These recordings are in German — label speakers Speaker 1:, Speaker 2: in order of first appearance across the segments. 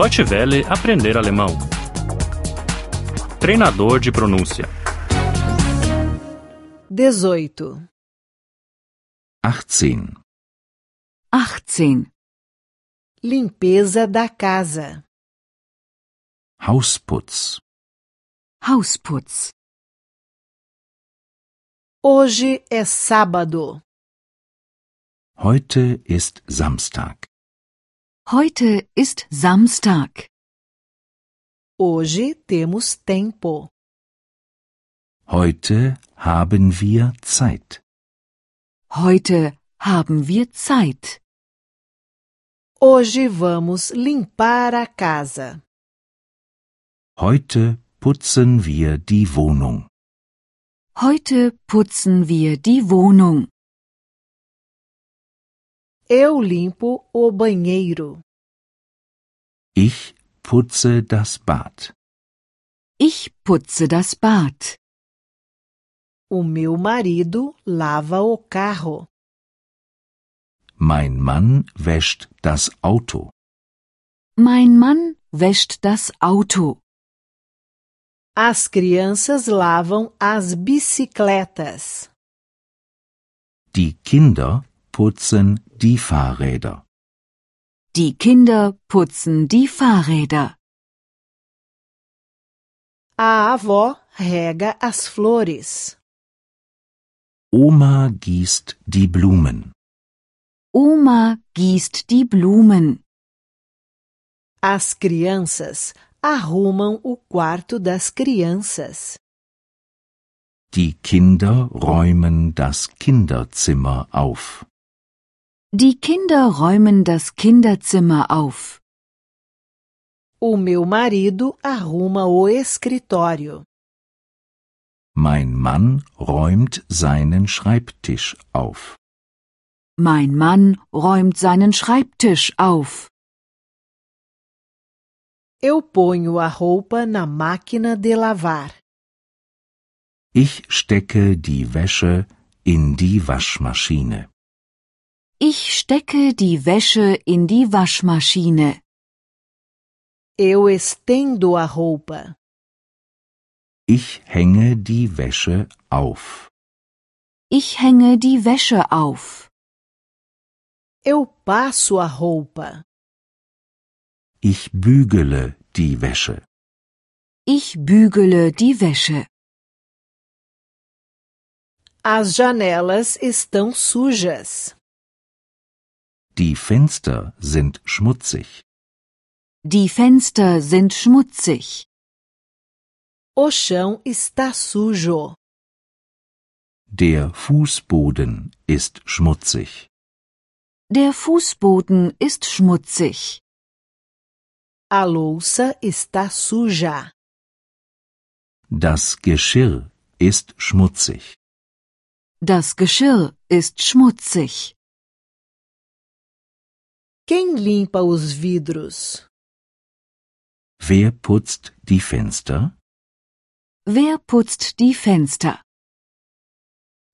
Speaker 1: Deutsche Welle aprender alemão. Treinador de pronúncia.
Speaker 2: 18.
Speaker 3: 18.
Speaker 4: 18.
Speaker 2: Limpeza da casa.
Speaker 3: Hausputz.
Speaker 4: Hausputz.
Speaker 2: Hoje é sábado.
Speaker 3: Heute ist Samstag.
Speaker 4: Heute ist Samstag.
Speaker 2: Hoje temos tempo.
Speaker 3: Heute haben wir Zeit.
Speaker 4: Heute haben wir Zeit.
Speaker 2: Hoje vamos limpar a casa.
Speaker 3: Heute putzen wir die Wohnung.
Speaker 4: Heute putzen wir die Wohnung.
Speaker 2: Eu limpo o banheiro.
Speaker 3: Ich putze das Bad.
Speaker 4: Ich putze das Bad.
Speaker 2: O meu marido lava o carro.
Speaker 3: Mein Mann wäscht das Auto.
Speaker 4: Mein Mann wäscht das Auto.
Speaker 2: As crianças lavam as bicicletas.
Speaker 3: Die Kinder putzen die Fahrräder.
Speaker 4: Die Kinder putzen die Fahrräder.
Speaker 2: A avó rega as flores.
Speaker 3: Oma gießt die Blumen.
Speaker 4: Oma gießt die Blumen.
Speaker 2: As crianças arrumam o quarto das crianças.
Speaker 3: Die Kinder räumen das Kinderzimmer auf.
Speaker 4: Die Kinder räumen das Kinderzimmer auf.
Speaker 2: O meu marido arruma o escritório.
Speaker 3: Mein Mann räumt seinen Schreibtisch auf.
Speaker 4: Mein Mann räumt seinen Schreibtisch auf.
Speaker 2: Eu ponho a roupa na máquina de lavar.
Speaker 3: Ich stecke die Wäsche in die Waschmaschine.
Speaker 4: Ich stecke die Wäsche in die Waschmaschine.
Speaker 2: Eu estendo a roupa.
Speaker 3: Ich hänge die Wäsche auf.
Speaker 4: Ich hänge die Wäsche auf.
Speaker 2: Eu passo a roupa.
Speaker 3: Ich bügele die Wäsche.
Speaker 4: Ich bügele die Wäsche.
Speaker 2: As janelas estão sujas.
Speaker 3: Die Fenster sind schmutzig.
Speaker 4: Die Fenster sind schmutzig.
Speaker 2: O chão está sujo.
Speaker 3: Der Fußboden ist schmutzig.
Speaker 4: Der Fußboden ist schmutzig.
Speaker 2: A louça está suja.
Speaker 3: Das Geschirr ist schmutzig.
Speaker 4: Das Geschirr ist schmutzig.
Speaker 2: Quem limpa os vidros?
Speaker 3: Wer putzt die Fenster?
Speaker 4: Wer putzt die Fenster?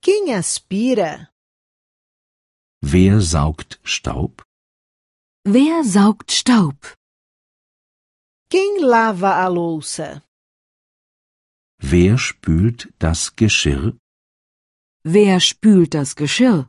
Speaker 2: Quem aspira?
Speaker 3: Wer saugt Staub?
Speaker 4: Wer saugt Staub?
Speaker 2: Quem lava a louça?
Speaker 3: Wer spült das Geschirr?
Speaker 4: Wer spült das Geschirr?